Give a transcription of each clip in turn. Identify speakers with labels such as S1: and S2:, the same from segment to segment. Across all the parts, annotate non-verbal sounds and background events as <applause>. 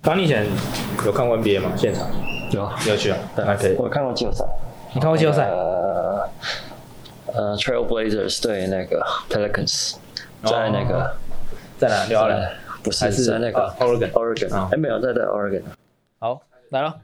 S1: 刚你以前有看过 NBA 吗？现场
S2: 有啊，
S1: 你有去啊？那可以。
S2: 我看过季后赛，
S1: 你看过季后赛？
S2: 呃呃，Trailblazers 对那个 Pelicans，
S1: 哦
S2: 在那个呃
S1: 在哪？六二零。
S2: 不
S1: 还
S2: 是
S1: 是
S2: 在那个
S1: 啊，Oregon
S2: Oregon，
S1: 啊
S2: 哎没有在在 Oregon，
S1: 好，来了。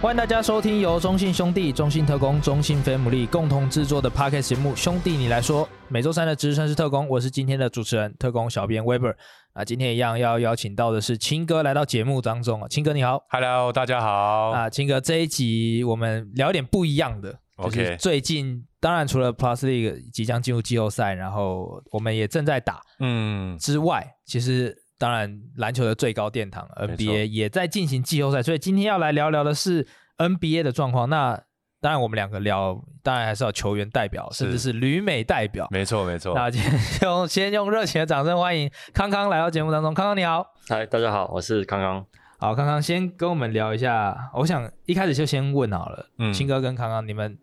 S1: 欢迎大家收听由中信兄弟、中信特工、中信飞姆利共同制作的 Podcast 节目《兄弟你来说》。每周三的值日生是特工，我是今天的主持人特工小编 Weber。啊，今天一样要邀请到的是青哥来到节目当中啊，青哥你好
S3: Hello，大家好。
S1: 啊，青哥这一集我们聊点不一样的。就是
S3: OK
S1: 最近当然除了 Plus League 即将进入季后赛，然后我们也正在打
S3: 嗯，
S1: 之外，其实当然篮球的最高殿堂
S3: 没
S1: NBA
S3: 错
S1: 也在进行季后赛，所以今天要来聊聊的是 NBA 的状况。那当然我们两个聊，当然还是要球员代表，甚至是旅美代表。
S3: 没错没错。
S1: 那今天用先用热情的掌声欢迎康康来到节目当中。康康你好，
S2: 嗨大家好，我是康康，
S1: 好，康康先跟我们聊一下。我想一开始就先问好了，
S3: 嗯
S1: 青哥跟康康你们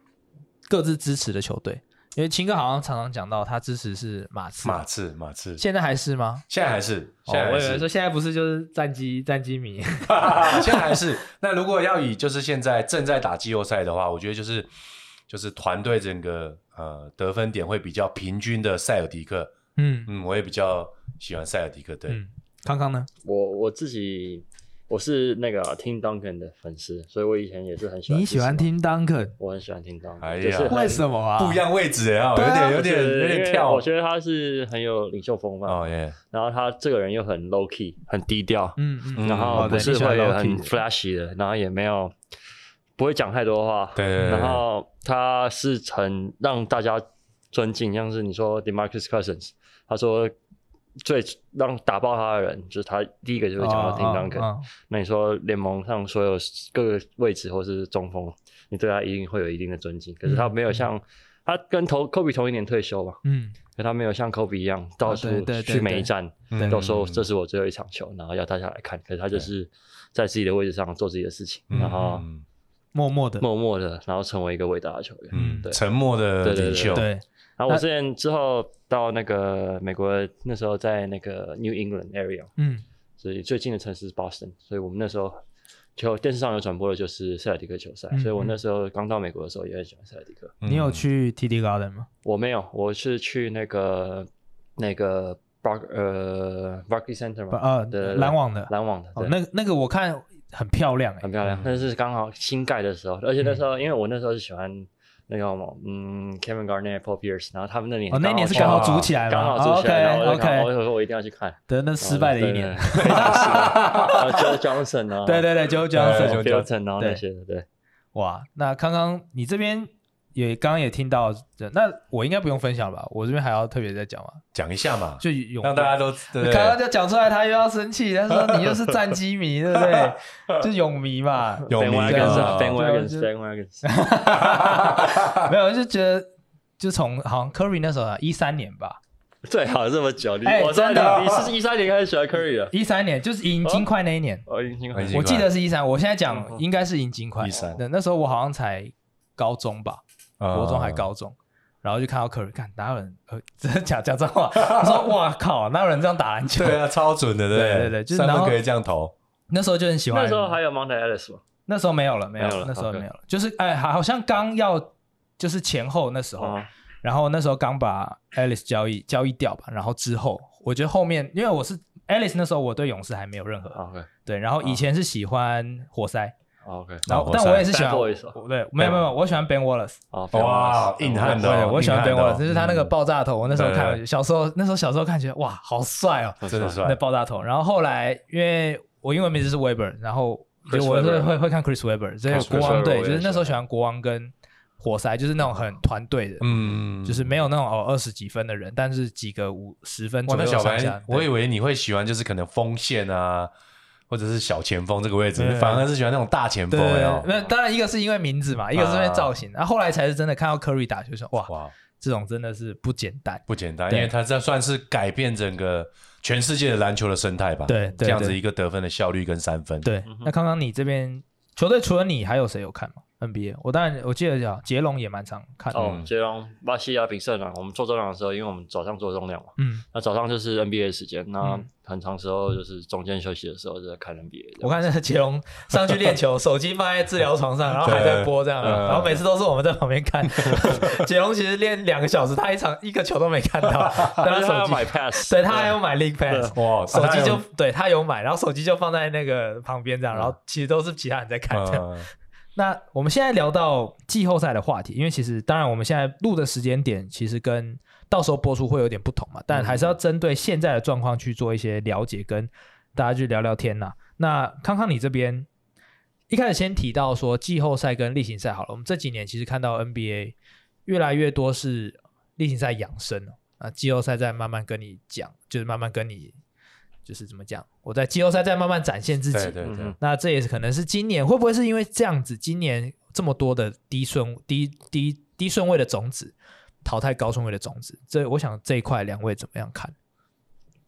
S1: 各自支持的球队，因为青哥好像常常讲到他支持是马刺，
S3: 马刺马刺，
S1: 现在还是吗？
S3: 现在还是，现在
S1: 哦，我
S3: 还
S1: 以为说
S3: 是，
S1: 现在不是就是战机战机迷
S3: <laughs>
S1: <laughs>
S3: 现在还是。那如果要以就是现在正在打季后赛的话，我觉得就是就是团队整个呃得分点会比较平均的塞尔迪克。
S1: 嗯，
S3: 嗯，我也比较喜欢塞尔迪克。对，
S1: 嗯康康呢？
S4: 我我自己我是那个 Tim Duncan 的粉丝，所以我以前也是很喜欢。
S1: 你喜欢？听 Duncan？
S4: 我很喜欢听 Duncan，、
S3: 哎呀
S4: 就是很
S1: 为什么啊？
S3: 不一，样位置哎，哦
S1: 对
S3: 有
S1: 啊
S3: 点有
S4: 就是
S3: 点有
S4: 因
S3: 点
S4: 为
S3: 跳
S4: 我。觉得他是很有领袖风范，
S3: 哦耶，
S4: 然后他这个人又很 low key，很低调，
S1: 嗯嗯，
S3: 嗯
S4: 然
S1: 哦对
S4: 后不
S1: 你
S4: 是
S1: 喜欢
S4: 会
S1: low
S4: 很
S1: key
S4: flashy 的，然后也没有不会讲太多话，
S3: 对对对对
S4: 然后他是很让大家尊敬，像是你说 Demarcus Cousins，他说最让打爆他的人就是他第一个就会讲到 Tim
S1: 哦
S4: Duncan，、
S1: 哦哦
S4: 那你说联盟上所有各个位置或是中锋，你对他一定会有一定的尊敬，可是他没有像、他跟头科比同一年退休嘛，
S1: 嗯，
S4: 可他没有像科比一样到处
S1: 哦对对对
S4: 去每一站
S1: 嗯
S3: 对
S4: 都说这
S3: 是
S4: 是我最后一场球，然后要大家来看，可是他就是在自己的位置上做自己的事情，
S1: 嗯
S4: 然后
S3: 嗯
S1: 默默的，
S4: 默默的，然后成为一个伟大的球员。
S3: 嗯
S4: 对
S3: 沉默的
S4: 对对
S3: 领
S4: 对
S3: 袖。
S1: 对，
S4: 然后我之前之后到那个美国，那时候在那个 New England area，
S1: 嗯，
S4: 所以最近的城市是 Boston，所以我们那时候就电视上有转播的就是塞尔迪克球赛，
S1: 嗯
S4: 所以我那时候刚到美国的时候也很喜欢塞尔迪克。
S3: 嗯
S1: 你有去 TD Garden 吗？
S4: 我没有，我是去那个那个 Bar 呃 Barclays Center
S1: 不
S4: 嘛，
S1: 呃
S4: 对对，对
S1: 篮网的，
S4: 篮网的，
S1: 哦
S4: 对，
S1: 那那个我看很漂亮哎
S4: 很，漂亮。但是刚好新盖的时候，而且
S1: 嗯
S4: 那时候因为我那时候是喜欢那个嘛，嗯，Kevin Garnett、Paul Pierce，然后他们那年
S1: 哦，那年是
S4: 去
S1: 刚好
S3: 哇
S1: 组起来嘛，
S4: 刚好组起来，然后我就看，我
S1: OK
S4: 就
S1: OK，
S4: 说我一定要去看。
S1: 对，那失败的一年，
S4: 对，对对 <laughs> 然后 Joe Johnson 啊，
S1: 对对对，Joe Johnson，
S3: 对
S4: j o h n 然后
S1: 对
S4: 那些的，对。
S1: 哇，那康康你这边也刚刚也听到，对那我应该不用分享了吧？我这边还要特别再讲嘛，
S3: 讲一下嘛，
S1: 就有
S3: 让大家都对对
S1: 刚刚就讲出来，他又要生气，他说你又是战机迷，对不对？就泳迷
S4: <laughs>
S1: 嘛，
S3: 有名
S1: Bandwagon
S3: 啊
S1: 啊
S4: b a n w a g o n
S1: 就
S4: b a n w a g o n
S1: 没有，就觉得就从好像 Curry 那时候啊，一三年吧，
S4: <laughs> 最好这么久，你
S1: 哎
S4: 我真
S1: 真的
S4: 的，你是一三年开始喜欢 Curry 的，
S1: 一三年就是赢金块那一年，
S4: 我已经
S3: 已经
S1: 我记得是一三，我现在
S4: 嗯
S1: 讲应该是赢金块。
S3: 13
S1: 那那时候我好像才高中吧，国中还
S3: 高。
S1: 高中。然后就看到 Curry，看哪有人呃，真的假假脏话？我说哇靠，哪有人这样打篮球？
S3: 对啊，超准的，对不
S1: 对对对就是
S3: 三
S1: 然后
S3: 分可以这样投，
S1: 那时候就很喜欢。
S4: 那时候还有 Monte Ellis 吗？
S1: 那时候没有了，没有
S4: 没有了
S1: 那时候
S4: OK
S1: 没有了，就是哎，好好像刚要就是前后那时候，
S4: 哦，
S1: 然后那时候刚把 Alice 交易交易掉吧，然后之后我觉得后面因为我是 Alice 那时候我对勇士还没有任何、
S4: 哦，OK
S1: 对，然后以前是喜欢活塞，
S4: OK，
S1: 然后
S3: 哦活
S1: 但
S3: 塞
S1: 我也是喜欢
S4: Bad Boys 哦
S1: 我对，没有没有没有，我喜欢 Ben Wallace。
S4: 哦，
S3: 哇，
S4: Fairmont
S3: 硬汉的
S1: 对，
S3: 哦，
S1: 我喜欢
S3: 硬汉
S1: Ben
S3: 的哦
S1: Wallace，就是他那个，爆炸头。我那时候
S3: 对对
S1: 看，小时候那时候小时候看，觉得哇，好帅哦，
S3: 嗯真的
S1: 那
S3: 帅，
S1: 爆炸头。然后后来，因为我英文名字是 Weber，然后就
S4: Chris
S1: 我是
S4: Webber
S1: 会会看 Chris Weber，所以
S4: Chris
S1: 国王
S4: Webber
S1: 队
S4: 我也
S1: 就是那时候
S4: 喜欢
S1: 喜欢国王跟活塞，就是那种很团队的，
S3: 嗯
S1: 就是没有那种哦二十几分的人，但是几个五十分
S3: 哇，
S1: 左
S3: 那
S1: 右
S3: 小
S1: 上下
S3: 白，。我以
S1: 为
S3: 为你会喜欢，就是可能锋线啊，或者是小前锋这个位置
S1: 对，
S3: 反而是喜欢那种大前
S1: 对，
S3: 锋
S1: 对
S3: 哎
S1: 对
S3: 哦，
S1: 那当然一个是因然后当然一个是因为名字嘛，一个是因为造型，然后后来才是真的看到 Curry 打球，就说哇，
S3: 哇，
S1: 这种真的是不简单。
S3: 不简单，
S1: 对
S3: 因为他这算是改变整个全世界的篮球的生态吧。
S1: 对对
S3: 这样子
S1: 对
S3: 一个得分的效率跟三分。，
S1: 对，那康康你这边球队除了你还有谁有看吗？NBA？我当然我记得叫杰龙也蛮常看的。
S4: 哦，杰龙、巴西亚、比胜啊，我们做重量的时候，因为我们早上做重量嘛，
S1: 嗯，
S4: 那早上就是 NBA 的时间，那
S1: 嗯
S4: 很长时候就是中间休息的时候就在看 NBA 这
S1: 我
S4: 样。
S1: 看那个杰龙上去练球，手机放在治疗床上，然后还在播这样，
S3: 对嗯
S1: 然后每次都是我们在旁边看。杰龙其实练两个小时，他一场一个球都没看到，但他
S4: 而且他
S1: 手
S4: 要
S1: 机
S4: 买 pass，
S1: 对他还有买 League Pass，
S3: 哇，
S1: 手机就
S3: 啊
S1: 对他有买，然后手机就放在那个旁边这样，
S3: 嗯
S1: 然后其实都是其他人在看这样。
S3: 嗯
S1: 那我们现在聊到季后赛的话题，因为其实当然我们现在录的时间点其实跟到时候播出会有点不同
S3: 嗯
S1: 嘛，但还是要针对现在的状况去做一些了解，跟大家去聊聊天呐、那康康你这边一开始先提到说季后赛跟例行赛好了，我们这几年其实看到 NBA 越来越多是例行赛养生哦，啊，季后赛再慢慢跟你讲，就是慢慢跟你就是怎么讲，我在季后赛再慢慢展现自己，
S3: 对对
S4: 嗯
S3: 对
S4: 哼，
S1: 那这也是可能是今年会不会是因为这样子，今年这么多的低顺低低低顺位的种子淘汰高顺位的种子，这我想这一块两位怎么样看？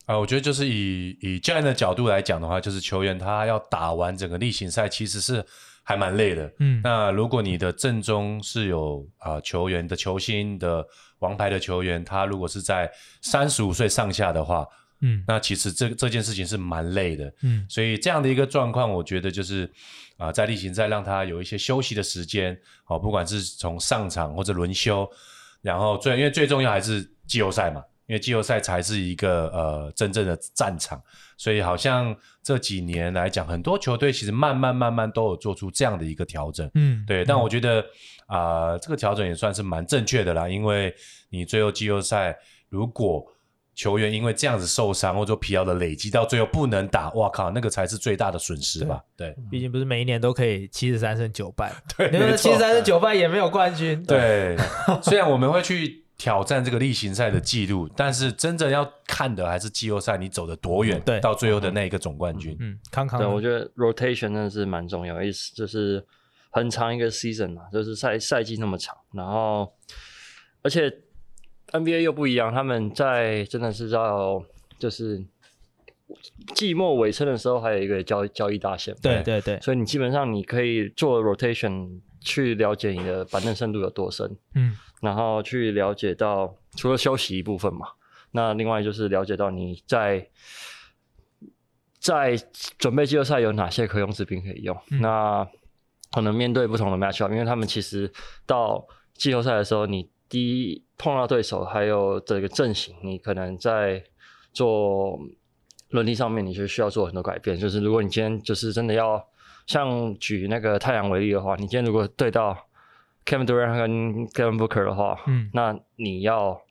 S3: 啊，我觉得就是以以教练的角度来讲的话，就是球员他要打完整个例行赛，其实是还蛮累的。
S1: 嗯
S3: 那如果你的阵中是有啊、球员的球星的王牌的球员，他如果是在三十五岁上下的话，
S1: 嗯
S3: 那其实这这件事情是蛮累的。
S1: 嗯
S3: 所以这样的一个状况，我觉得就是啊、在例行赛让他有一些休息的时间，哦，不管是从上场或者轮休，然后最因为最重要还是季后赛嘛，因为季后赛才是一个呃真正的战场，所以好像这几年来讲，很多球队其实慢慢慢慢都有做出这样的一个调整。
S1: 嗯，
S3: 对，但我觉得啊、这个调整也算是蛮正确的啦，因为你最后季后赛如果球员因为这样子受伤或者说疲劳的累积，到最后不能打，哇靠，那个才是最大的损失吧？对
S1: 毕竟不是每一年都可以七十三胜九
S4: <laughs>
S1: 败，
S3: 对
S1: 你们
S3: 没
S1: 七
S3: 错
S1: 十三胜九败也没有冠军，，
S3: 对，虽然我们会去挑战这个例行赛的记录，但是真正要看的还是季后赛你走得多远，
S1: 对
S3: 到最后的那一个总冠军。
S1: 嗯，康康呢，
S4: 对，我觉得 rotation 真的是蛮重要，意思就是很长一个 season 嘛，就是赛赛季那么长，然后而且 NBA 又不一样，他们在真的是到就是季末尾声的时候，还有一个交交易大限嘛，
S1: 对对对，
S4: 所以你基本上你可以做 rotation 去了解你的板凳深度有多深，
S1: 嗯
S4: 然后去了解到除了休息一部分嘛，那另外就是了解到你在在准备季后赛有哪些可用之兵可以用。
S1: 嗯
S4: 那可能面对不同的 matchup，因为他们其实到季后赛的时候，你第一碰到对手还有这个阵型，你可能在做轮替上面，你就需要做很多改变。就是如果你今天就是真的要像举那个太阳为例的话，你今天如果对到 Kevin Durant 跟 Kevin Booker 的话，
S1: 嗯
S4: 那你要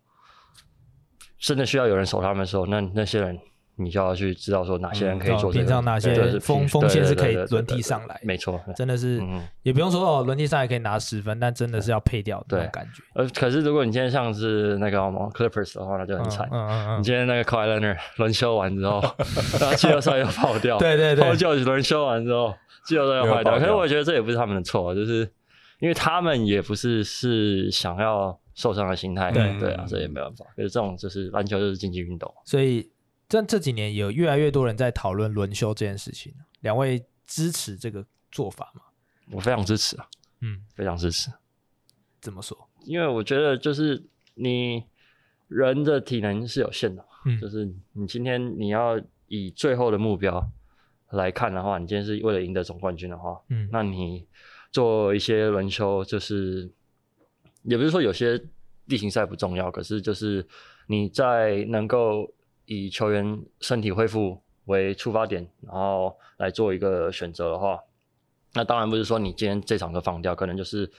S4: 真的需要有人守他们的时候，那那些人你就要去知道说哪些人可以
S1: 嗯
S4: 做
S1: 哦
S4: 这个，
S1: 平常哪些
S4: 对对
S1: 风
S4: 平
S1: 风险是可以
S4: 对对对对对
S1: 轮替上来的
S4: 没错。对
S1: 真的是
S4: 嗯
S1: 也不用说哦，轮替赛也可以拿十分，但真的是要配掉那种
S4: 对
S1: 感觉，
S4: 呃，可是如果你今天像是那个 Clippers 的话，那就很惨。
S1: 嗯嗯
S4: 你
S1: 嗯，
S4: 今天那个 k a w h i l e n <laughs> 轮休完之后，然后季后赛又爆掉，
S1: 对对对
S4: 泡就轮休完之后，季后赛又坏
S3: 又爆掉
S4: 掉。可是我觉得这也不是他们的错，啊就是因为他们也不是是想要受伤的心态，
S1: 对
S4: 对啊，这也没办法。可是这种就是篮球就是竞技运动，
S1: 所以这这几年有越来越多人在讨论轮休这件事情，两位支持这个做法吗？
S4: 我非常支持啊，
S1: 嗯，
S4: 非常支持。
S1: 怎么说？
S4: 因为我觉得就是你人的体能是有限的嘛，
S1: 嗯
S4: 就是你今天你要以最后的目标来看的话，你今天是为了赢得总冠军的话，
S1: 嗯
S4: 那你做一些轮休，就是也不是说有些例行赛不重要，可是就是你在能够以球员身体恢复为出发点，然后来做一个选择的话，那当然不是说你今天这场就放掉，可能就是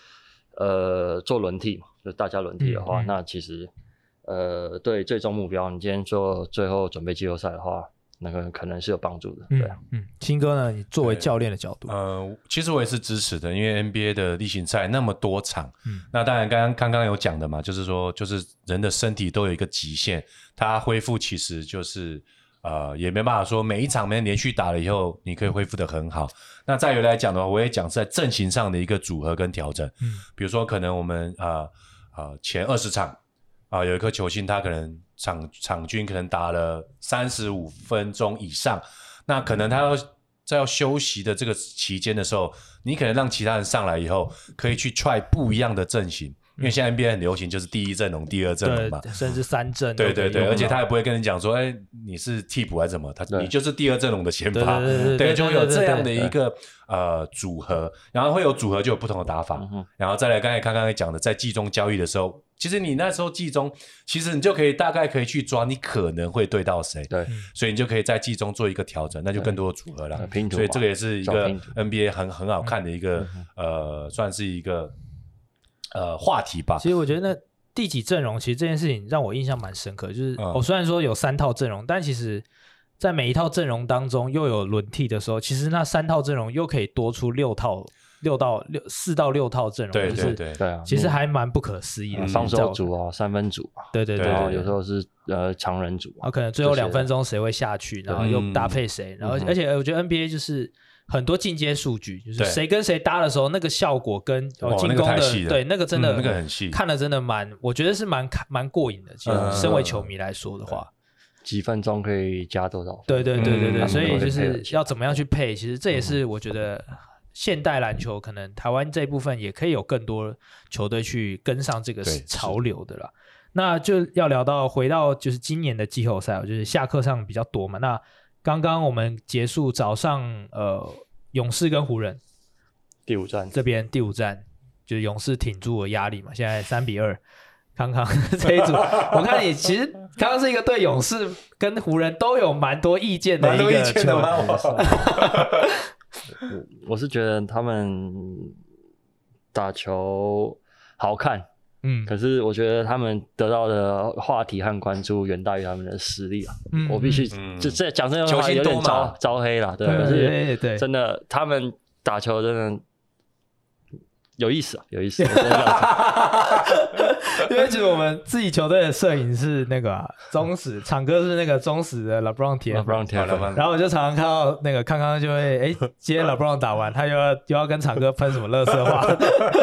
S4: 呃做轮替嘛，就大家轮替的话，
S1: 嗯嗯
S4: 那其实呃对最终目标，你今天做最后准备季后赛的话，那个可能是有帮助的，对啊。
S1: 嗯嗯，青哥呢？你作为教练的角度，
S3: 呃，其实我也是支持的，因为 NBA 的例行赛那么多场，
S1: 嗯
S3: 那当然刚刚刚刚有讲的嘛，就是说，就是人的身体都有一个极限，它恢复其实就是呃也没办法说每一场没连续打了以后，你可以恢复的很好。那再有来讲的话，我也讲是在阵型上的一个组合跟调整，
S1: 嗯
S3: 比如说可能我们啊啊、呃前二十场啊、有一颗球星他可能场场均可能打了三十五分钟以上，那可能他要在要休息的这个期间的时候，你可能让其他人上来以后，可以去 try 不一样的阵型，因为现在 NBA 很流行就是第一阵容、第二阵容嘛。
S1: 对，甚至三阵都可
S3: 对
S1: 以用
S3: 对
S1: 到，
S3: 对，而且他也不会跟你讲说，哎，你是替补还是怎么？他
S4: 对
S3: 你就是第二阵容的先
S1: 对
S3: 发，
S1: 对对
S3: 对，就会有这样
S1: 对
S3: 的一个呃组合，然后会有组合就有不同的打法
S4: 嗯，哼
S3: 然后再来刚才刚刚讲的，在季中交易的时候，其实你那时候季中，其实你就可以大概可以去抓你可能会对到谁，
S4: 对，
S1: 嗯
S3: 所以你就可以在季中做一个调整，那就更多的组合了
S4: 对。拼图嘛
S3: 所以这个也是一
S4: 找
S3: 个
S4: 拼图
S3: NBA 很很
S1: 嗯
S3: 好看的一个呃，算是一个呃话题吧
S1: 其。实我觉得那第几阵容，其实这件事情让我印象蛮深刻。就是
S3: 嗯
S1: 我、虽然说有三套阵容，但其实，在每一套阵容当中又有轮替的时候，其实那三套阵容又可以多出六套、六到六四到六套阵容，
S3: 对对
S1: 就是
S3: 对，
S4: 对啊，
S1: 其实还蛮不可思议的。你
S4: 嗯防
S1: 知道
S4: 守组啊，三分组啊，
S1: 对对对
S4: 然后
S1: 对
S4: 有时
S1: 对。
S4: 候是呃常人组
S1: 啊，
S4: 啊，
S1: 可能最后两分钟谁会下去，然后又
S3: 嗯
S1: 搭配谁，然后
S4: 嗯哼
S1: 而且呃我觉得 NBA 就是很多进阶数据，就是
S3: 对
S1: 谁跟谁搭的时候，那个效果跟
S3: 哇
S1: 哦进
S3: 那个
S1: 攻
S3: 太
S1: 的
S3: 细了
S1: 对那个真的
S3: 嗯那个很细
S1: 看了真的蛮，我觉得是蛮看蛮过瘾的。其实
S3: 嗯
S1: 身为球迷来说的话，
S4: 几分钟可以加多少分？
S1: 对对对对对，
S3: 嗯
S1: 所以就
S4: 他们都会配
S1: 是
S4: 得起来嗯
S1: 要怎么样去配，其实这也是我觉得现代篮球可能台湾这一部分也可以有更多球队去跟上这个
S3: 对是
S1: 潮流的啦。那就要聊到回到就是今年的季后赛哦，就是下课上比较多嘛。那刚刚我们结束早上呃勇士跟湖人，
S4: 第五站，
S1: 这边第五站就是勇士挺住了压力嘛，现在三比二。康
S3: <laughs>
S1: 康这一组，我看你其实康康是一个对勇士跟湖人都有蛮多意见的
S3: 蛮
S1: 一个
S3: 多意见的
S1: 球
S3: 吗
S1: 员？
S3: 我
S4: 我是觉得他们打球好看，
S1: 嗯
S4: 可是我觉得他们得到的话题和关注远大于他们的实力啊。
S1: 嗯
S4: 我必须
S3: 嗯
S4: 这这讲真的
S3: 球
S4: 话
S3: 星
S4: 有点
S3: 多嘛
S4: 招招黑了，对，
S1: 对
S4: 可是
S1: 对对对，
S4: 真的他们打球真的有意思啊，有意思，
S1: <laughs>
S4: 我真的这样讲
S1: <laughs> 因为其实我们自己球队的摄影是那个啊忠实，场哥是那个忠实的 LeBron 铁粉
S4: LeBron 铁
S3: 好了
S4: 粉
S3: 吧
S1: 然后我就常常看到那个康康就会哎，诶今天 LeBron 打完，他又要又要跟场哥喷什么乐色话，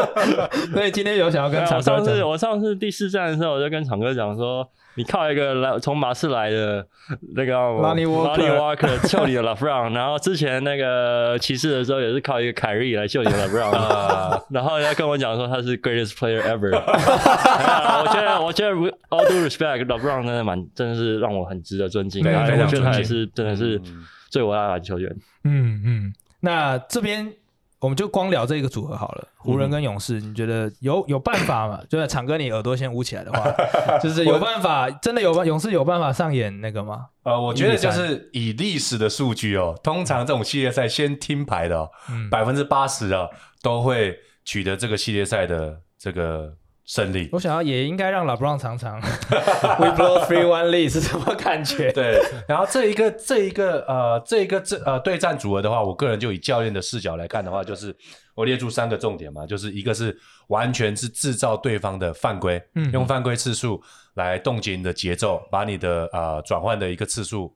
S1: <laughs> 所以今天有想要
S4: 对
S1: 跟
S4: 啊
S1: 场
S4: 我上
S1: 哥
S4: 次
S1: 讲，
S4: 我上次第四站的时候，我就跟厂哥讲说，你靠一个来从马刺来的那个
S1: Lonnie Walker
S4: Walker 救你的 LeBron，然后之前那个骑士的时候也是靠一个凯瑞来救你的 LeBron，然
S3: <laughs>
S4: 后人家跟我讲说他是 greatest player ever，我啊觉得我觉得 all due respect，LeBron 真的蛮真的是让我很值得尊敬，
S3: 对
S4: 然后
S3: 非常
S4: 我觉得他
S3: 尊
S4: 也
S3: 敬
S4: 是真的是
S3: 嗯
S4: 最伟大的篮球员。
S1: 嗯嗯，那这边。我们就光聊这个组合好了，湖
S3: 嗯
S1: 人跟勇士，你觉得有有办法吗？ <laughs> 就是场哥，你耳朵先捂起来的话，就是有办法，真的有办勇士有办法上演那个吗？
S3: 呃，我觉得就
S1: 一
S3: 是以历史的数据哦，通常这种系列赛先听牌的、哦
S1: 嗯，
S3: 百分之八十啊都会取得这个系列赛的这个胜利。
S1: 我想要也应该让 LeBron 尝
S3: <laughs>
S1: 尝 We blow three one lead 是什么感觉？
S3: 对，然后这一个这一个呃这一个这呃对战组合的话，我个人就以教练的视角来看的话，就是我列出三个重点嘛，就是一个是完全是制造对方的犯规，
S1: 嗯
S3: 用犯规次数来冻结你的节奏，把你的呃转换的一个次数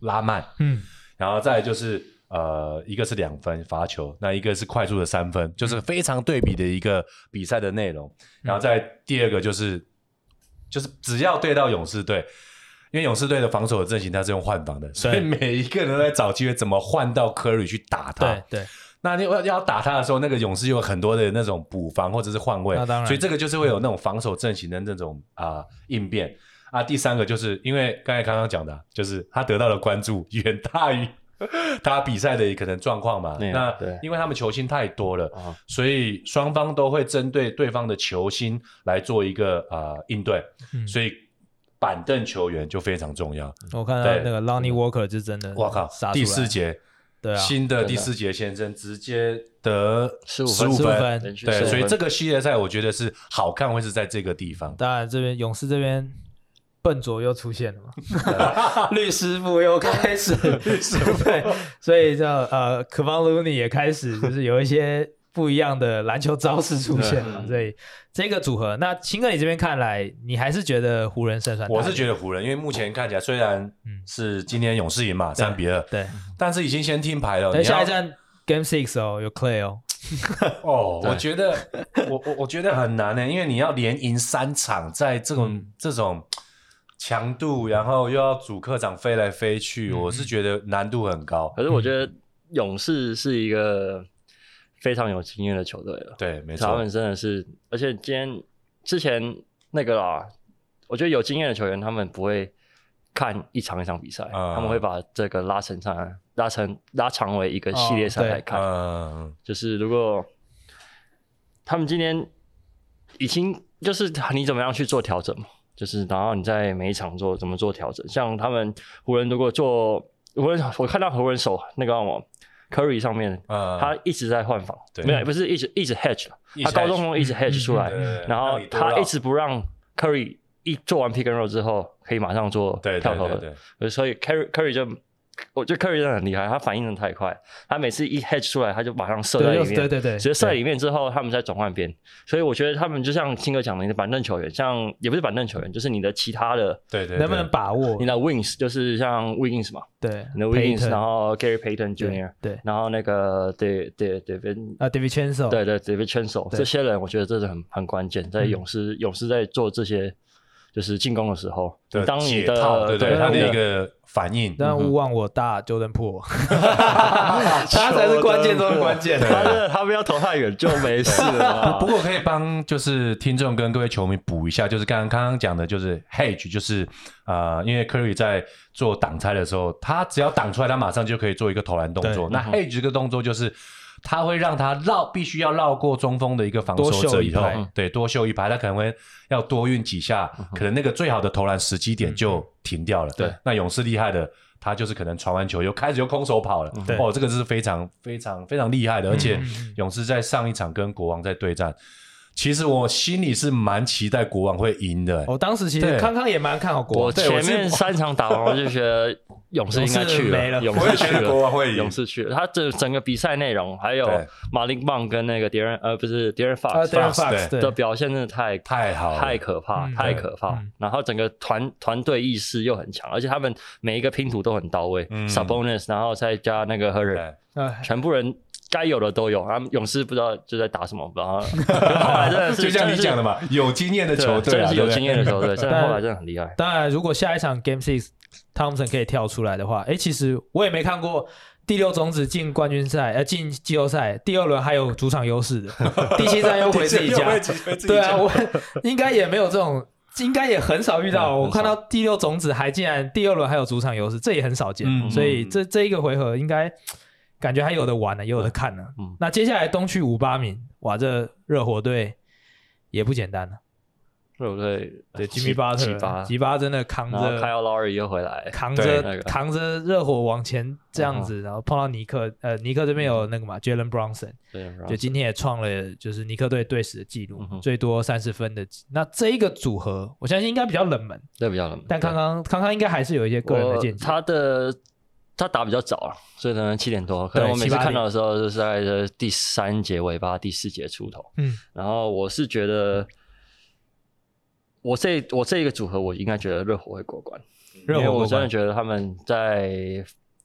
S3: 拉慢，
S1: 嗯
S3: 然后再来就是呃，一个是两分罚球，那一个是快速的三分，就是非常对比的一个比赛的内容。然后再第二个就是就是只要对到勇士队。因为勇士队的防守的阵型，它是用换防的，所以每一个人都在找机会怎么换到 Curry 去打他
S1: 对。对，
S3: 那你要要打他的时候，那个勇士有很多的那种补防或者是换位
S1: 那当然，
S3: 所以这个就是会有那种防守阵型的那种啊、应变啊。第三个就是因为刚才刚刚讲的啊，就是他得到的关注远大于 <laughs> 他比赛的可能状况嘛。
S4: 对
S3: 那
S4: 对
S3: 因为他们球星太多了，
S4: 啊
S3: 所以双方都会针对对方的球星来做一个啊、应对，
S1: 嗯
S3: 所以板凳球员就非常重要。
S1: 我看到
S3: 对
S1: 那个 Lonnie Walker 就真的，
S3: 我靠
S1: 杀，出来
S3: 第四节。
S1: 对啊，
S3: 新的第
S4: 真的
S3: 四节先生直接得
S4: 15
S3: 十
S4: 分
S3: 五
S1: 15分
S4: 连续
S3: 对，
S4: 15
S3: 所以
S4: 分
S3: 这个系列赛我觉得是好看，会是在这个地方。
S1: 当然这边勇士这边笨拙又出现了嘛， <laughs> 律师傅又开始， <laughs> 对，所以这呃 k e v a n l o n y 也开始就是有一些不一样的篮球招式出现了，所以这个组合，那秦哥你这边看来，你还是觉得湖人胜算大一
S3: 我
S1: 点？
S3: 是觉得湖人，因为目前看起来虽然
S1: 嗯
S3: 是今天勇士赢嘛，三比二，
S1: 对。
S3: 但是已经先听牌了。
S1: 等
S3: 你
S1: 下
S3: 要
S1: 一站 Game Six 哦，有 Clay 哦，
S3: 哦，
S4: 对
S3: 我觉得 <laughs> 我我我觉得很难呢、欸因为你要连赢三场，在这种、这种强度，然后又要主客场飞来飞去，
S1: 嗯
S3: 我是觉得难度很高。
S4: 可是我觉得勇士是一个非常有经验的球队了，
S3: 对，没
S4: 他
S3: 错
S4: 们，真的是，而且今天之前那个啦，我觉得有经验的球员他们不会看一场一场比赛，
S3: 嗯
S4: 他们会把这个拉成长拉成拉长为一个系
S3: 啊
S4: 列
S1: 哦
S4: 赛
S1: 对
S4: 来看。
S3: 嗯，
S4: 就是如果他们今天已经就是你怎么样去做调整嘛，就是然后你在每一场做怎么做调整，像他们湖人如果做湖人，我看到湖人手那个我 Curry 上面。
S3: 嗯
S4: 他一直在换防，
S3: 对
S4: 没有不是一直一直 hedge，
S3: 一直
S4: 他
S3: hedge
S4: 高中锋一直
S1: 嗯
S4: hedge 出来
S3: 对，对对
S4: 然后
S3: 让你多
S4: 他
S3: 绕
S4: 一直不让 Curry 一做完 pick and roll 之后可以马上做
S3: 对
S4: 跳
S3: 对
S4: 投
S3: 对
S4: 的
S3: 对，
S4: 所以 Curry Curry 就，我觉得 Curry 真的很厉害，他反应真的太快，他每次一 hedge 出来，他就马上射在
S1: 对
S4: 里
S1: 又
S4: 面，
S1: 对对对，
S4: 直接射在
S1: 对
S4: 里面之后，他们再转换边，所以我觉得他们就像青哥讲的，你的板凳球员，像也不是板凳球员，就是你的其他的，
S3: 对对，
S1: 能不能把握
S4: 你？的 wings 就是像 wings 嘛，
S1: 对，
S4: 你的 wings，
S1: Payton，
S4: 然后 Gary Payton
S1: 对
S4: Jr，
S1: 对
S4: 然后那个 d d David
S1: 啊，David c h a n c e l
S4: 对对 David c h a n c e l
S1: 对
S4: 这些人，我觉得真的很很关键，在
S1: 嗯
S4: 勇士勇士在做这些就是进攻的时候，
S3: 的
S4: 当你
S3: 解套
S4: 的
S3: 对对，
S1: 对
S3: 他的
S1: 对
S3: 一个反应，
S4: 嗯
S1: 但勿忘我大 Jordan p 他才是关键中的关键。
S4: 他这他不要投太远就没事了
S3: <laughs> 不。过可以帮就是听众跟各位球迷补一下，就是刚刚刚刚讲的，就是 hedge，就是呃，因为 Curry 在做挡拆的时候，他只要挡出来，他马上就可以做一个投篮动作。
S1: 对嗯
S3: 那 hedge 这个动作就是。他会让他绕，必须要绕过中锋的一个防守
S1: 多秀
S3: 者
S1: 一
S3: 以后
S1: 拍，嗯
S3: 对，多秀一排，他可能会要多运几下，可能那个最好的投篮时机点就停掉了。
S4: 对
S3: 那勇士厉害的，他就是可能传完球又开始又空手跑了
S1: 嗯对。
S3: 哦，这个是非常非常非常厉害的，而且
S1: 嗯嗯
S3: 勇士在上一场跟国王在对战，其实我心里是蛮期待国王会赢的。
S1: 我哦当时其实
S3: 对
S1: 康康也蛮看好国
S4: 我
S1: 王，对
S4: 前面三场打完，我就觉得勇士应该去
S3: <laughs>
S1: 勇士没了
S4: 勇
S3: 我
S4: 士
S3: 也觉
S4: 去
S3: 得国王会赢
S4: 勇士去了。他整整个比赛内容，还有
S3: 对
S4: 马林棒跟那个敌人，呃，不是敌人
S1: 啊
S4: Fox
S1: ，Darren
S3: Fox，
S1: Fox 对
S3: 对
S4: 的表现真的太
S3: 太好了
S4: 太可怕，
S1: 嗯
S4: 太可怕
S1: 嗯。
S4: 然后整个团团队意识又很强，而且他们每一个拼图都很到位
S3: 嗯
S4: ，Sabonis，然后再加那个 h u r r y
S3: 对，
S1: 哎
S4: 全部人该有的都有。他们勇士不知道就在打什么，然
S3: <laughs>
S4: 后 <laughs> 后来真的是
S3: 就像你讲的
S4: 嘛，
S3: 嘛，有经验的
S4: 对
S3: 球
S4: 真
S3: 队
S4: 的
S3: 啊，
S4: 是
S3: 对
S4: 有
S3: 不对
S4: 经验的
S3: <laughs>
S4: 球队，真的
S1: 但
S4: 后来真的很厉害。
S1: 当然，如果下一场 Game Six Thompson 可以跳出来的话，哎，其实我也没看过第六种子进冠军赛，呃，进季后赛第二轮还有主场优势的，第七站又回自己
S3: 又 <laughs>
S1: 家
S3: 会，回自己
S1: 对啊，
S3: 家
S1: 我应该也没有这种。应该也很少遇到，
S4: 嗯
S1: 我
S4: 很少
S1: 看到第六种子还竟然第二轮还有主场优势，这也很少见。
S3: 嗯
S1: 所以这这一个回合应该感觉还有的玩呢，也有的看呢。
S4: 嗯
S1: 那接下来东区五八名，哇，这热火队也不简单了。
S4: 对不对？
S1: 对，吉米巴特
S4: 吉巴，
S1: 吉巴真的扛
S4: 然后
S1: 着
S4: Kyle Lowry 又回来，
S1: 扛
S3: 对
S1: 着
S4: 那个
S1: 扛着热火往前这样子，然后碰到尼克，呃，尼克这边有那个嘛，Jalen Bronson，
S4: 对，然后
S1: 就今天也创了就是尼克队队史的记录
S4: 嗯，哼
S1: 最多三十分的。那这一个组合，我相信应该比较冷门，
S4: 对比较冷门。
S1: 但康康康康应该还是有一些
S4: 对
S1: 个人的
S4: 我
S1: 见解。
S4: 他的他打比较早了，所以可能七点多，可能我每次
S1: 7-8
S4: 看到的时候就是在这第三节尾巴、第四节出头。
S1: 嗯，
S4: 然后我是觉得。我这我这一个组合，我应该觉得热火会过关，
S1: 热
S4: 因为
S1: 火
S4: 我
S1: 夺
S4: 真的
S1: 冠，
S4: 觉得他们在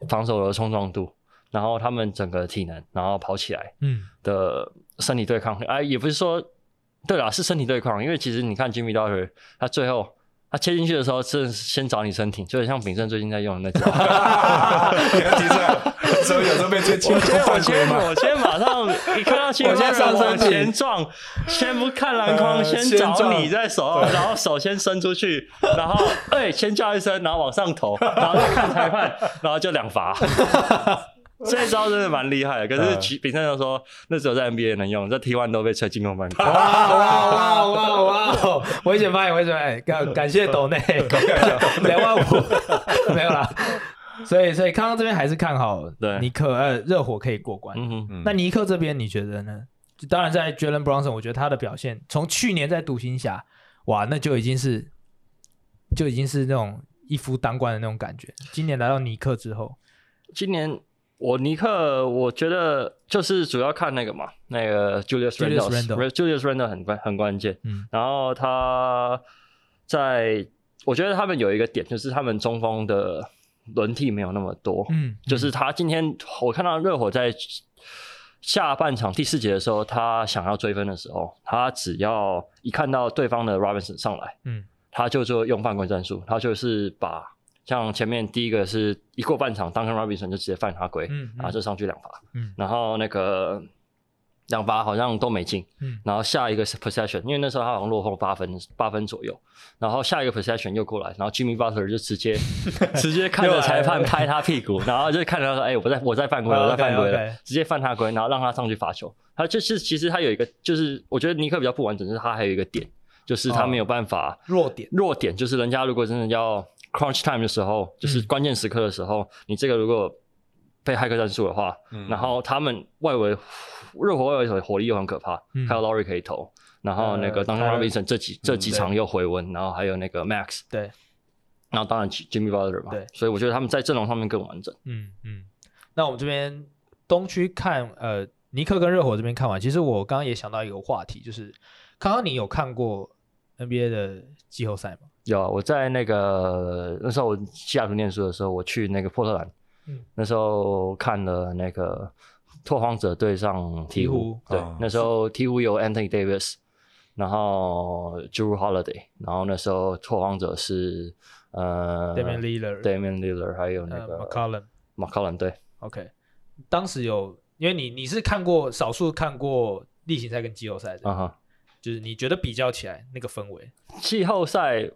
S4: 防守的冲撞度，然后他们整个体能，然后跑起来，
S1: 嗯，
S4: 的身体对抗，啊、也不是说，对啦，是身体对抗，因为其实你看 Jimmy Butler，他最后他切进去的时候，是先找你身体，就很像炳胜最近在用的那招。
S3: <laughs> 你要提出来，所以有时候被这轻
S4: 啊我先，我
S3: 松犯规
S4: 先，
S3: 嘛。
S4: 我先马上一看到 Jimmy
S1: 我先
S4: Butler
S1: 上身
S4: 往
S1: 体
S4: 前撞，先不看篮筐，
S3: 呃
S4: 先
S3: 先
S4: 找
S3: 撞
S4: 你在手，然后手先伸出去，然后哎、先叫一声，然后往上投，然后再看裁判，然后就两罚。这一招真的蛮厉害的，可是其比赛上说，那只有在 NBA 能用，在 T1 都被吹进攻 <laughs> 犯规。
S1: 啊哇哦哇哇哇哇！危险发言，危险发言，哎感感谢抖内 <laughs> 两万五，没有啦。所以所以康康这边还是看好
S4: 对
S1: 尼克呃热火可以过关。
S4: 嗯哼，
S3: 嗯
S1: 那尼克这边你觉得呢？就当然，在 Jalen Bronson，我觉得他的表现从去年在独行侠，哇，那就已经是就已经是那种一夫当关的那种感觉。今年来到尼克之后，
S4: 今年我尼克，我觉得就是主要看那个嘛，那个 Julius
S1: Julius Randle
S4: Randle，Julius Randle 很关很关键。
S1: 嗯
S4: 然后他在，我觉得他们有一个点，就是他们中锋的轮替没有那么多。
S1: 嗯，
S4: 就是他今天我看到热火在下半场第四节的时候，他想要追分的时候，他只要一看到对方的 Robinson 上来，
S1: 嗯，
S4: 他就就用犯规战术，他就是把像前面第一个是一过半场，Duncan Robinson 就直接犯他规，
S1: 嗯嗯
S4: 然后啊就上去两罚，
S1: 嗯
S4: 然后那个两罚好像都没进，
S1: 嗯
S4: 然后下一个是 possession，因为那时候他好像落后八分八分左右，然后下一个 possession 又过来，然后 Jimmy Butler 就
S1: <laughs>
S4: 直接直接看着裁判拍他屁股，然后就看着
S1: <laughs>
S4: 他说：“哎、我在我在犯规了，
S1: 哦
S4: 我在犯规了
S1: OK，OK
S4: 直接犯他规，然后让他上去罚球。他就是其实他有一个，就是我觉得尼克比较不完整，就是他还有一个点，就是
S1: 哦
S4: 他没有办法、
S1: 弱点，
S4: 弱点就是人家如果真的要 crunch time 的时候，
S1: 嗯
S4: 就是关键时刻的时候，你这个如果被骇客战术的话，
S3: 嗯
S4: 然后他们外围热火外围的火力又很可怕，
S1: 嗯
S4: 还有 Lowry 可以投，然后那个
S1: 呃
S4: Duncan
S1: Tyler-
S4: Robinson 这几这几场又回温，然后还有那个 Max，
S1: 对，
S4: 然后当然 Jimmy Butler 嘛
S1: 对，
S4: 所以我觉得他们在阵容上面更完整。
S1: 嗯嗯。那我们这边东区看，呃，尼克跟热火这边看完，其实我刚刚也想到一个话题，就是刚刚你有看过 NBA 的季后赛吗？
S4: 有啊，我在那个那时候我西雅图念书的时候，我去那个波特兰，
S1: 嗯
S4: 那时候看了那个拓荒者对上
S1: 鹈
S4: 鹈鹕
S1: 鹕，
S4: 对，
S3: 哦
S4: 那时候鹈鹕有 Anthony Davis，然后 Drew Holiday，然后那时候拓荒者是呃
S1: Damian Lillard
S4: Damian Lillard 还有那
S1: 呃
S4: 个
S1: McCollum。
S4: McCollum，对，
S1: OK，当时有，因为你你是看过少数看过例行赛跟季后赛的，
S4: 啊哈。
S1: 就是你觉得比较起来那个氛围，
S4: 季后赛，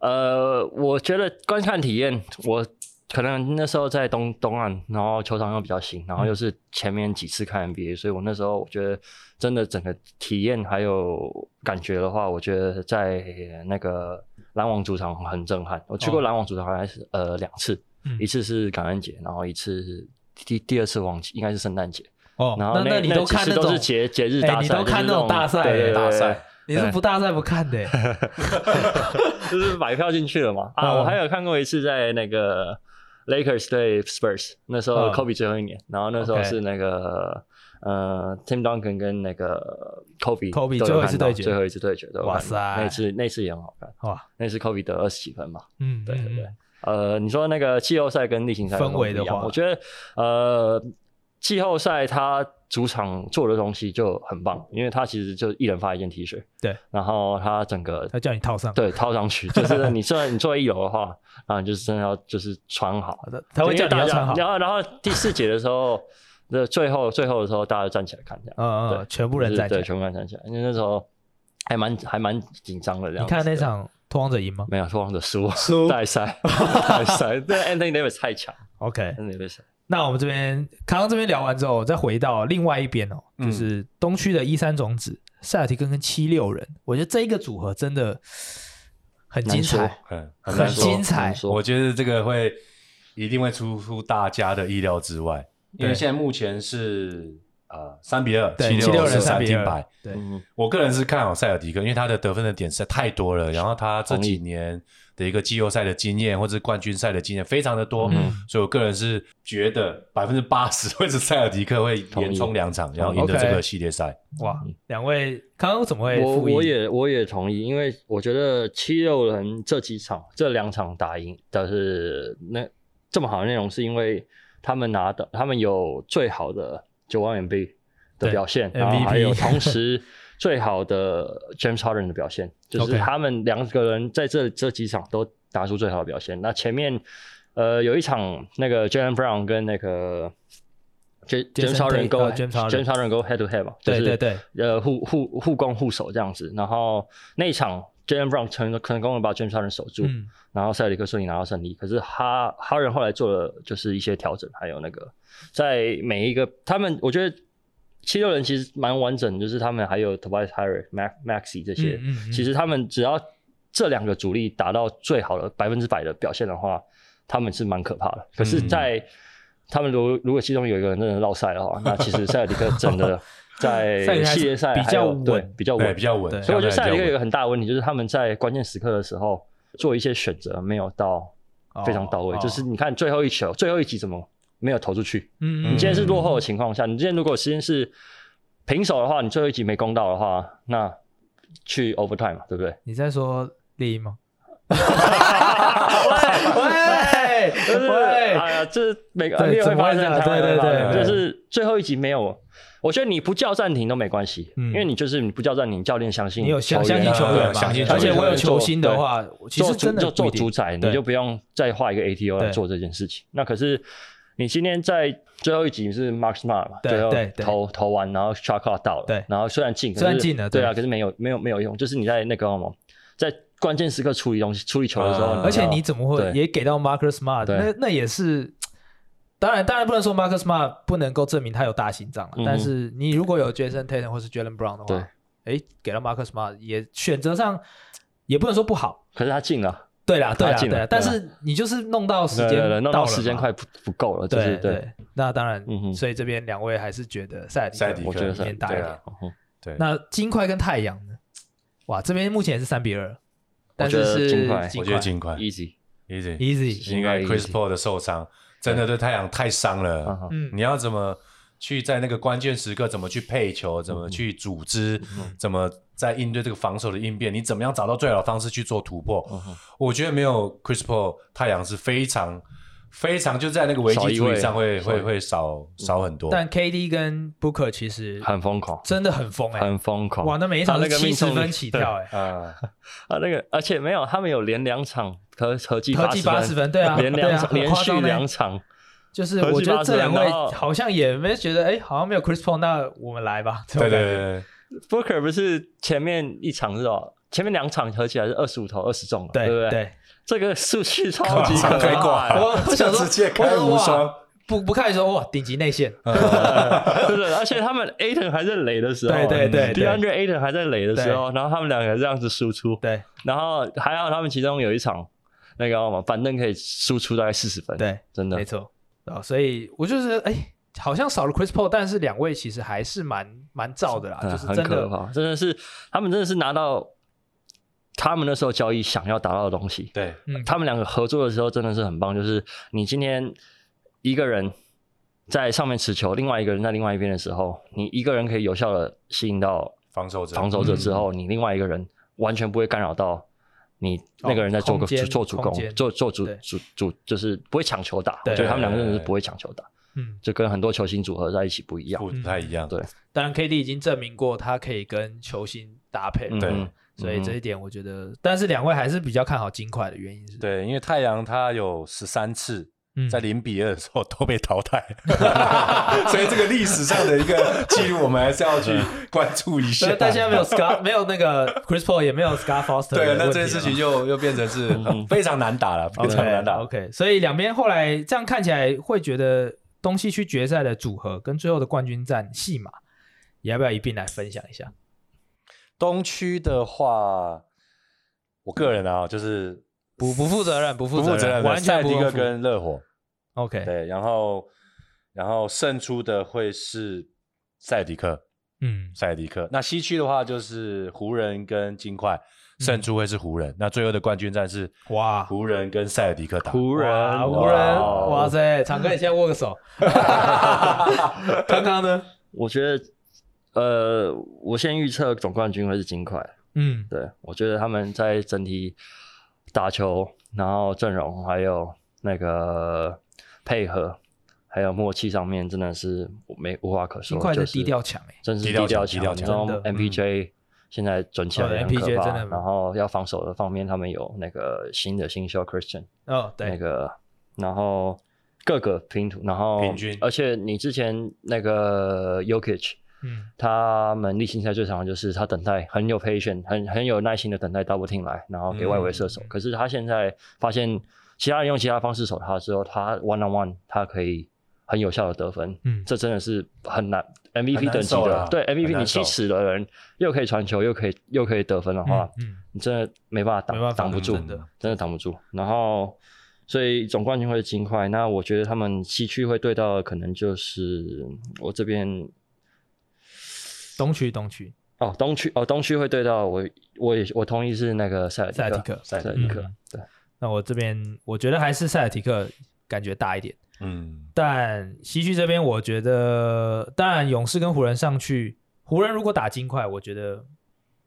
S4: 呃，我觉得观看体验，我可能那时候在东东岸，然后球场又比较新，然后又是前面几次看 NBA，、所以我那时候我觉得真的整个体验还有感觉的话，我觉得在那个篮网主场很震撼。我去过
S1: 哦
S4: 篮网主场还是、呃两次，
S1: 嗯
S4: 一次是感恩节，然后一次是第第二次忘记应该是圣诞节。
S1: 哦
S4: 然后
S1: 那你都
S4: 几
S1: 看
S4: 次
S1: 那种
S4: 都是节节日
S1: 哎
S4: 大赛，
S1: 你都看
S4: 就是
S1: 那种大赛
S4: 对对对
S1: 大
S4: 对
S3: 赛
S1: 你是不大赛不看
S4: <laughs>
S1: 的欸、
S4: 就是买票进去了嘛。啊，
S1: 嗯
S4: 我还有看过一次在那个 Lakers 对 Spurs，那时候
S1: 嗯
S4: Kobe 最后一年，然后那时候
S1: OK
S4: 是那个呃 Tim Duncan 跟那个 Kobe
S1: Kobe
S4: 都有
S1: 最后一
S4: 看
S1: 次
S4: 到
S1: 对决
S4: 最后一次对决，对，
S1: 哇塞
S4: 那次那次也很好看，
S1: 哇，
S4: 那次 Kobe 得二十几分嘛。
S1: 嗯，
S4: 对对对
S1: 嗯，
S4: 呃，你说那个季后赛跟例行赛有什么
S1: 氛围的
S4: 不一样
S1: 话
S4: 我觉得呃季后赛它主场做的东西就很棒，因为它其实就一人发一件 T 恤，
S1: 对，
S4: 然后它整个
S1: 他叫你套上，
S4: 对，套上去，就是你坐你坐在一楼的话，啊，你就是真的要就是穿好
S1: 好，的，他会
S4: 因
S1: 叫
S4: 为
S1: 你
S4: 大
S1: 要
S4: 家
S1: 穿好，
S4: 然后然后第四节的时候，那最后最后的时候，大家站起来看这样，
S1: 嗯嗯，
S4: 对
S1: 全部人
S4: 就是
S1: 站起
S4: 对，
S1: 来。
S4: 全部人站起来，因为那时候还蛮还蛮紧张的这样
S1: 你
S4: 子。
S1: 看那
S4: 对
S1: 场拓荒者赢吗
S4: 没有拓荒者输，
S1: 输
S4: 代赛代赛，对 Anthony Davis 太强
S1: ？OK，
S4: ，Anthony Davis
S1: 那我们这边刚刚这边聊完之后，再回到另外一边哦，
S3: 嗯
S1: 就是东区的一三种子塞尔提克跟七六人，我觉得这一个组合真的很精
S4: 难
S1: 彩
S4: 说，
S3: 很很
S1: 很
S3: 难说
S1: 精彩
S4: 难。说
S3: 嗯我觉得这个会一定会出乎大家的意料之外，因为
S1: 对
S3: 现在目前是呃三比二，
S1: 对，七
S3: 六
S1: 人
S3: 是
S1: 三
S3: 三
S1: 比
S3: 进
S1: 二
S3: 百。，
S1: 对，
S4: 嗯，
S3: 我个人是看好塞尔迪克，因为他的得分的点实在太多了，然后他这几年的一个季后赛的经验或者是冠军赛的经验非常的多，
S1: 嗯
S3: 所以我个人是觉得百分之八十会是塞尔迪克会连冲两场，然后赢得这个系列赛。
S1: 哇，两位刚刚怎么会
S4: 我
S1: 复议
S4: 我也我也同意，因为我觉得七六人这几场这两场打赢的是那这么好的内容，是因为他们拿的他们有最好的九万 MB 的
S1: 对
S4: 表现，然后还
S1: MVP
S4: 有同时最好的 James Harden 的表现，就是
S1: OK
S4: 他们两个人在这这几场都拿出最好的表现。那前面呃有一场那个 Jalen Brown 跟那个 J-
S1: Jason
S4: James
S1: Tate-
S4: Harden go
S1: 呃 James Harden
S4: James Harden go head to head 嘛，就
S1: 对
S4: 是
S1: 对对，
S4: 呃互互互攻互守这样子。然后那一场 Jalen Brown 成成功的把 James Harden 守住，
S1: 嗯，
S4: 然后塞里克顺利拿到胜利。可是哈哈人后来做了就是一些调整，还有那个在每一个他们，我觉得七六人其实蛮完整的，就是他们还有 Tobias Harris、Max Maxi 这些，
S1: 嗯嗯嗯
S4: 其实他们只要这两个主力达到最好的百分之百的表现的话，他们是蛮可怕的。可是
S3: 嗯
S4: 在，他们如如果其中有一个人真的落赛的话，那其实塞尔迪克真
S1: <laughs> 塞
S4: 的
S1: 尔
S4: 在
S1: 迪克还是
S4: 系列赛
S1: 比较
S4: 还有对
S1: 稳
S4: 比较
S3: 对，
S4: 稳
S3: 比，较稳
S1: 对，
S4: 所以我觉得
S3: 相
S4: 塞尔
S3: 对
S4: 迪克有
S3: 比较
S4: 一
S3: 稳
S4: 个很大的问题，就是他们在关键时刻的时候做一些选择没有到非常到位。
S1: 哦
S4: 就是你看最后一球，最后一集怎么没有投出去？
S1: 嗯，嗯
S4: 你今天是落后的情况下，你今天如果时间是平手的话，你最后一集没攻到的话，那去 overtime <laughs> 嘛，对不对？
S1: <laughs> 你在说丽英吗？喂喂，
S4: 就是
S1: 喂
S4: 哎呀，这每个
S1: 对
S4: NBA 会
S1: 怎么
S4: 发
S1: 会
S4: 生
S1: 这样，
S4: 台湾
S1: 对
S4: 会发
S1: 对
S4: 生
S3: 对
S4: 就是最后一集没有。我觉得你不叫暂停都没关系，
S1: 嗯
S4: 因为你就是你不叫暂停，教练相信
S1: 你有相
S4: 球
S1: 相
S4: 员
S1: 信
S3: 啊
S1: 球员嘛？
S3: 对相信
S1: 而且
S3: 球员
S1: 我有球星的话，其
S4: 啊做
S1: 实
S4: 主
S1: 真的
S4: 就
S1: 不
S4: 做
S1: 一定
S4: 主宰，
S1: 对
S4: 你就不用再画一个 ATO 来
S1: 对
S4: 做这件事情。那可是你今天在最后一集是 Mark Smart 嘛，
S1: 对
S4: 最后
S1: 对对
S4: 投投完，然后 s h o t clock 到了，
S1: 对
S4: 然后虽然进，可是
S1: 虽然进了对
S4: 对啊，可是没有没有没有用，就是你在那个什么，在关键时刻处理东西、处理球的时候，
S3: 啊
S4: 要
S1: 而且你怎么会
S4: 对
S1: 也给到 Marcus Smart？
S4: 对
S1: 那那也是，当然当然不能说 Marcus Smart 不能够证明他有大心脏了，
S4: 嗯哼
S1: 但是你如果有 Jason Tatum 或是 Jalen Brown 的
S4: 对
S1: 话，哎，给到 Marcus Smart 也选择上也不能说不好。
S4: 可是他进了，
S1: 对啦，对啦，
S4: 他进
S1: 对
S4: 了
S1: 啦，
S4: 对
S1: 但
S4: 啦
S1: 是你就是弄到时
S4: 对
S1: 间
S4: 对对，弄
S1: 到
S4: 到
S1: 了
S4: 时间
S1: 嘛
S4: 快不不够了，就
S1: 对
S4: 是对，
S1: 对，那当然
S4: 嗯，哼
S1: 所以这边两位还是觉得赛
S3: 塞
S1: 尔
S3: 尔
S1: 迪
S3: 迪
S1: 克
S4: 我觉
S3: 克
S4: 得
S1: 里
S4: 是嗯
S1: 面大一
S3: 对
S1: 点
S3: 啊。对
S1: 那金块跟太阳呢？哇，这边目前也是三比二，但是
S4: 我觉得
S1: 是
S4: 金块
S3: 我觉得尽快
S4: easy，
S3: easy，
S1: easy，
S4: 应
S3: 因
S4: 该
S3: 为 Chris
S4: easy
S3: Paul 的受伤真的对太阳太伤
S4: 啊
S3: 了
S4: 哈，
S1: 嗯
S3: 你要怎么去在那个关键时刻怎么去配球，怎么去组织，
S4: 嗯
S3: 怎么在应对这个防守的应变，你怎么样找到最好的方式去做突破？
S4: 嗯
S3: 我觉得没有 Chris Paul，太阳是非常非常就在那个危
S4: 少
S3: 机
S4: 一
S3: 处理
S4: 位嗯
S3: 上会
S4: 少一
S3: 会会少少很多。
S1: 但 KD 跟 Booker 其实
S4: 很疯狂，
S1: 真的很疯哎、
S4: 很疯狂，
S1: 哇，那每一场
S4: 他
S1: 是
S4: 那个
S1: 七
S4: 命
S1: 十
S4: 中率
S1: 分起跳哎、
S3: 啊，
S4: 啊，那个，而且没有，他们有连两场合合计
S1: 合计
S4: 80
S1: 80分对啊
S4: 连两场、
S1: 对啊很
S4: 连
S1: 夸张
S4: 续
S1: 呢
S4: 两场，
S1: 就是
S4: 合计
S1: 我觉得
S4: 80
S1: 这两位
S4: 然后
S1: 好像也没觉得哎、好像没有 Chris Paul，那我们来吧，这种
S3: 对对
S1: 感
S3: 对
S1: 觉
S3: 对，
S4: Booker 不是前面一场是哦，前面两场合起来是二十五投二十中了，对
S1: 对
S4: 不对？这个数据超级
S3: 哇
S4: 可
S3: 开
S4: 怕
S3: 挂
S4: 欸，
S1: 我我想说
S3: 直接开无双，
S1: 不不看的时候哇，顶级内线，
S4: 嗯对对，而且他们 Aton 还在垒的时候，
S1: 对对对对
S4: d e a n d r Aton 还在垒的时候，然后他们两个这样子输出，
S1: 对
S4: 然后还好他们其中有一场那个嘛，板凳可以输出大概四十分，，
S1: 对，
S4: 真的
S1: 没错啊、所以我就是哎、好像少了 Chris Paul，但是两位其实还是蛮蛮燥的啦，
S4: 嗯
S1: 啊就是
S4: 很
S1: 真
S4: 可
S1: 的
S4: 怕，真的是他们真的是拿到他们那时候交易想要达到的东西。
S3: 对
S1: 嗯
S4: 他们两个合作的时候真的是很棒，就是你今天一个人在上面持球，另外一个人在另外一边的时候，你一个人可以有效的吸引到
S3: 防守者，
S4: 防守者之
S1: 嗯
S4: 后，你另外一个人完全不会干扰到。你那个人在做个、
S1: 哦空间
S4: 做主
S1: 空
S4: 攻
S1: 间，
S4: 做做主
S1: 对
S4: 主主，就是不会抢球打。
S1: 对
S4: 我觉得他们两个人是不会抢球打，
S1: 嗯，
S4: 就跟很多球星组合在一起不一样
S3: 嗯不。太一样。
S4: 嗯对
S1: 当然 KD 已经证明过他可以跟球星搭配，
S4: 嗯
S3: 对
S4: 嗯
S1: 所以这
S4: 嗯
S1: 一点我觉得，但是两位还是比较看好金块的原因是，
S3: 对，因为太阳他有十三次
S1: 嗯
S3: 在零比二的时候都被淘汰，
S1: <laughs>
S3: 所以这个历史上的一个记录，我们还是要去关注一下
S1: 对，。嗯但现在没有 Scott，没有那个 Chris Paul，也没有 Scott Foster 的
S3: 对，
S1: 问题了。啊嗯
S3: 那这件事情又又变成是呃 <laughs> 非常难打了，非常难
S1: OK
S3: 打。
S1: OK，所以两边后来这样看起来会觉得东西区决赛的组合跟最后的冠军战戏码，也要不要一并来分享一下？
S3: 东区的话，我个人啊，就是
S1: 不不负责任，不负
S3: 不负责任的
S1: 完
S3: 塞
S1: 全
S3: 尔
S1: 不
S3: 迪克
S1: 用负
S3: 跟热火，
S1: OK，
S3: 对，然后然后胜出的会是塞尔迪克，
S1: 嗯
S3: 塞尔迪克。那西区的话就是湖人跟金块，胜出会是湖人。那最后的冠军战是
S1: 哇
S3: 湖人跟塞尔迪克打。
S4: 湖
S1: 哇
S4: 人，哦
S1: 湖人，
S3: 哇哦
S1: 哇塞，常哥你现在握个
S4: <laughs>
S1: 手，刚刚呢？
S4: 我觉得，呃，我先预测总冠军会是金块。
S1: 嗯
S4: 对，我觉得他们在整体打球，然后阵容还有那个配合，还有默契上面，真的是没无话可说。
S1: 金块的
S4: 就是
S1: 低调强欸
S4: 真是
S3: 低调
S4: 调
S3: 强低调强
S4: 然后
S1: 真的嗯
S4: MPJ 现在准起来
S1: 哦
S4: 也很
S1: MPJ
S4: 可
S1: 真的
S4: 怕，
S1: 很
S4: 然后要防守的方面，他们有那个新的新秀 Christian
S1: 哦
S4: 那
S1: 对，
S4: 个，然后各个拼图，然后
S3: 平均
S4: 而且你之前那个 Yokich。
S1: 嗯
S4: 他们例行赛最常的就是他等待很有 patient，很很有耐心的等待 double team 来，然后给外围射手。
S1: 嗯
S4: 可是他现在发现其他人用其他方式守他之后，他 one on one 他可以很有效的得分。
S1: 嗯
S4: 这真的是很难
S3: 很
S4: MVP
S3: 难
S4: 等级
S3: 守
S4: 的
S3: 啦，
S4: 对
S3: 很
S4: MVP
S3: 难
S4: 你七
S3: 守
S4: 尺的人又可以传球，又可以又可以得分的话，
S1: 嗯
S4: 你真的没办法
S1: 没办法
S4: 挡
S1: 嗯
S4: 挡不住，
S1: 真的
S4: 真的挡不住。然后，所以总冠军会是金块。那我觉得他们西区会对到的可能就是我这边
S1: 东区东区
S4: 哦，东区哦，东区会对到我，我也我同意是那个塞尔
S1: 塞尔提
S4: 克，
S1: 克，
S4: 塞尔
S1: 嗯
S4: 迪克，对，
S1: 那我这边我觉得还是塞尔提克感觉大一点，
S3: 嗯，
S1: 但西区这边我觉得，当然勇士跟湖人上去，湖人如果打金块，我觉得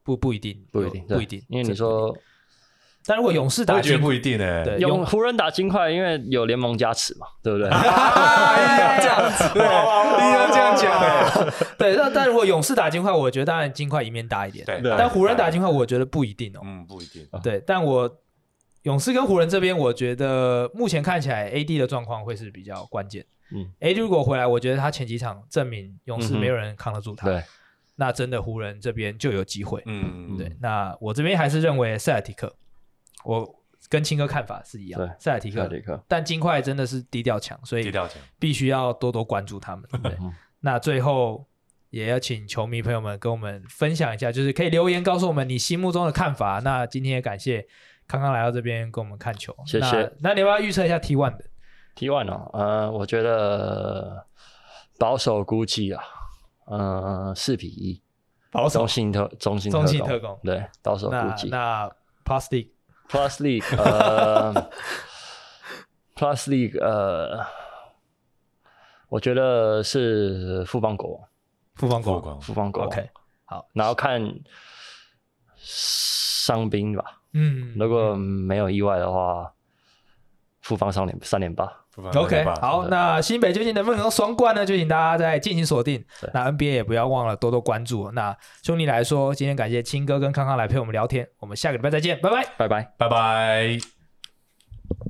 S1: 不不一定，
S4: 不一定，
S1: 不
S4: 对
S1: 一定，
S4: 因为
S1: 这
S4: 你
S1: 不一定
S4: 说
S1: 但如果勇士
S3: 我
S1: 打
S3: 也觉
S1: 金
S3: 得不一定哎、
S1: 对
S4: 用湖人打金块，因为有联盟加持嘛，对不
S1: 啊
S4: 对？
S3: 哎，这样子，对，一定要这样讲哎。
S1: 对，那但如果勇士打金块，我觉得当然金块赢面大一点。
S3: 对，
S1: 但湖人打金块，我觉得不一定哦。
S3: 嗯，不一定。
S1: 对，但我勇士跟湖人这边，我觉得目前看起来 AD 的状况会是比较关键。
S4: 嗯
S1: ，AD 如果回来，我觉得他前几场证明勇士
S4: 嗯哼
S1: 没有人扛得住他，
S4: 对，
S1: 那真的湖人这边就有机会。
S3: 嗯，
S1: 对，那我这边还是认为塞尔提克，我跟青哥看法是一样
S4: 对，
S1: 塞尔提
S4: 克
S1: 克
S4: 里。克，
S1: 但金块真的是低调强，所
S3: 低
S1: 以
S3: 调讲，
S1: 必须要多多关注他们。
S4: 嗯
S1: 对，那最后也要请球迷朋友们跟我们分享一下，就是可以留言告诉我们你心目中的看法。那今天也感谢康康来到这边跟我们看球，
S4: 谢谢
S1: 那。那你要不要预测一下 T one 的？
S4: T one 哦，呃，我觉得保守估计啊，呃，四比一，
S1: 保
S4: 中信特中信
S1: 中信
S4: 特
S1: 特工
S4: 对，保守
S1: 那
S4: 估计。
S1: 那 Plastic
S4: Plus League 呃，Plus League 呃，我觉得是富邦国王，
S1: 复方
S3: 曝
S1: 国
S3: 光。
S4: 富邦国王。
S1: ，OK，
S4: 然后看伤兵吧，
S1: 嗯
S4: 如果没有意外的话，富邦三连三连八。
S3: 不妨
S1: OK，
S3: 吧
S1: 好，那新北究竟能不能够双冠呢？就请大家再进行锁定
S4: 对。
S1: 那 NBA 也不要忘了多多关注。那兄弟来说，今天感谢青哥跟康康来陪我们聊天，我们下个礼拜再见，拜拜。
S4: 拜拜。
S3: 拜拜。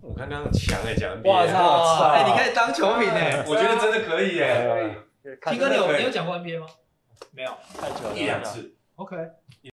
S3: 我刚刚强哎，讲 NBA
S1: 哎，你可以当球迷呢。
S3: 我觉得真的可以哎，
S1: 青哥，你有你有讲过 NBA 吗？没有，
S3: 一两次。
S1: OK。